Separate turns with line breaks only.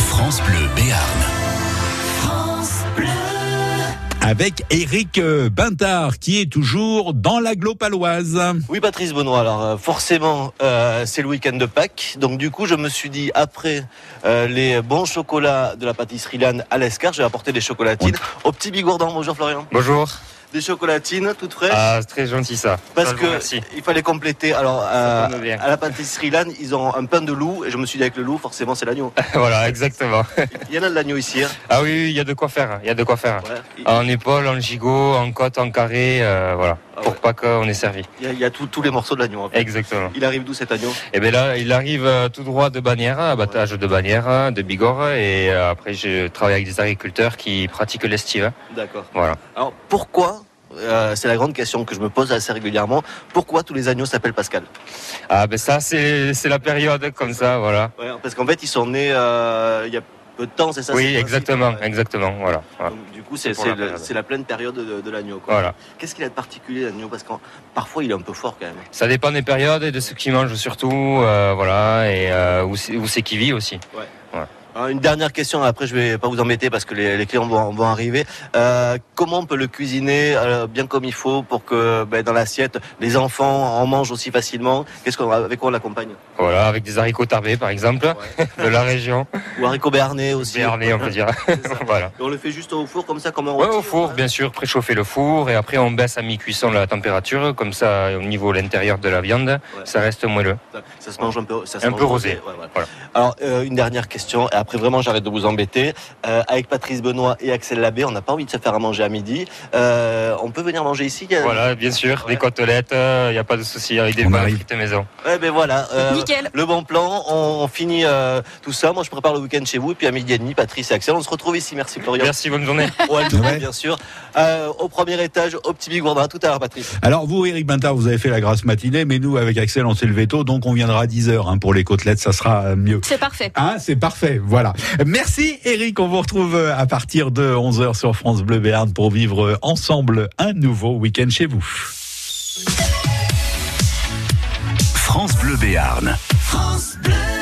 France Bleu Béarn.
avec Éric euh, Bintard qui est toujours dans l'aglo paloise.
Oui, Patrice Benoît, alors euh, forcément, euh, c'est le week-end de Pâques. Donc, du coup, je me suis dit, après euh, les bons chocolats de la pâtisserie Lannes à l'escar, je vais apporter des chocolatines au petit bigourdan. Bonjour, Florian.
Bonjour.
Des chocolatines toutes fraîches.
Ah, c'est très gentil ça.
parce
Ça, je vous
que
remercie.
il fallait compléter. Alors, euh,
tombe bien.
à la pâtisserie Lannes, ils ont un pain de loup. Et je me suis dit, avec le loup, forcément, c'est l'agneau.
voilà, exactement.
Il y en a de l'agneau ici. hein.
Ah oui, oui, il y a de quoi faire. Il y a de quoi faire.
Ouais. Il-
En épaule, en gigot, en côte, en carré, euh, voilà.
Ah
Pour
ouais.
pas qu'on est servi.
Il y a, il y a tout- tous les morceaux de l'agneau. en fait.
Exactement.
Il arrive d'où cet agneau
Et bien là, il arrive euh, tout droit de bannière, abattage de bannière, de bigorre. Et euh, après, je travaille avec des agriculteurs qui pratiquent l'estive.
D'accord.
Voilà.
Alors, pourquoi euh, C'est la grande question que je me pose assez régulièrement. Pourquoi tous les agneaux s'appellent Pascal
Ah ben ça, c'est c'est la période comme ça, voilà.
Ouais, parce qu'en fait, ils sont nés euh, il y a peu de temps, c'est ça c'est
Oui,
le principe,
exactement,
ouais.
exactement, voilà. Voilà.
Donc, du coup, c'est
C'est pour
c'est
la
le-
période.
c'est la pleine période de, de l'agneau. quoi.
voilà.
Qu'est-ce qu'il a de particulier, l'agneau Parce que parfois, il est un peu fort quand même.
Ça dépend des périodes et de ce qu'ils mangent surtout, euh, voilà, et euh, où c'est où c'est qu'ils vivent aussi.
Alors, une dernière question, après, je vais pas vous embêter parce que les, les clients vont, vont arriver. Euh, comment on peut le cuisiner euh, bien comme il faut pour que ben, dans l'assiette, les enfants en mangent aussi facilement Qu'est-ce qu'on Avec quoi on l'accompagne
Voilà, avec des haricots tarbés par exemple, de la région,
Ou haricots béarnais aussi
Béarnais on peut dire.
C'est ça.
voilà.
Et on le fait juste au four comme ça, comme un
Ouais,
rôti,
au four,
ouais.
bien sûr, préchauffer le four et après on baisse à mi-cuisson la température, comme ça au niveau de l'intérieur de la viande,
Ouais.
ça reste moelleux.
Ça se mange un peu, ça se
Un
mange
peu rosé.
ouais, voilà.
Voilà.
Alors, euh, une dernière question, et après vraiment j'arrête de vous embêter. Euh, avec Patrice Benoît et Axel Labbé, on n'a pas envie de se faire à manger à midi. Euh, on peut venir manger ici il y a-
Voilà, bien sûr,
Ouais.
des côtelettes, il n'y a pas de souci avec des
On
pâtes
arrive.
frites maison.
Ouais, ben voilà. euh,
Nickel.
Le bon plan, on, on finit euh, tout ça. Moi, je prépare le week-end chez vous, et puis à midi et demi, Patrice et Axel, on se retrouve ici. Merci Florian.
Merci, bonne journée.
Au Alpha,
Ouais.
bien sûr. Euh, au premier étage, au petit bigourdin. À tout à l'heure, Patrice.
Alors vous, Éric Bintard, vous avez fait la grasse matinée, mais nous, avec Axel, on s'est levé tôt, donc on viendra à 10h hein, pour les côtelettes, ça sera euh, mieux.
C'est parfait.
Ah, c'est parfait, voilà. Merci Eric, on vous retrouve euh, à partir de 11h sur France Bleu Béarn pour vivre euh, ensemble un nouveau week-end chez vous.
France Bleu Béarn.
France Bleu.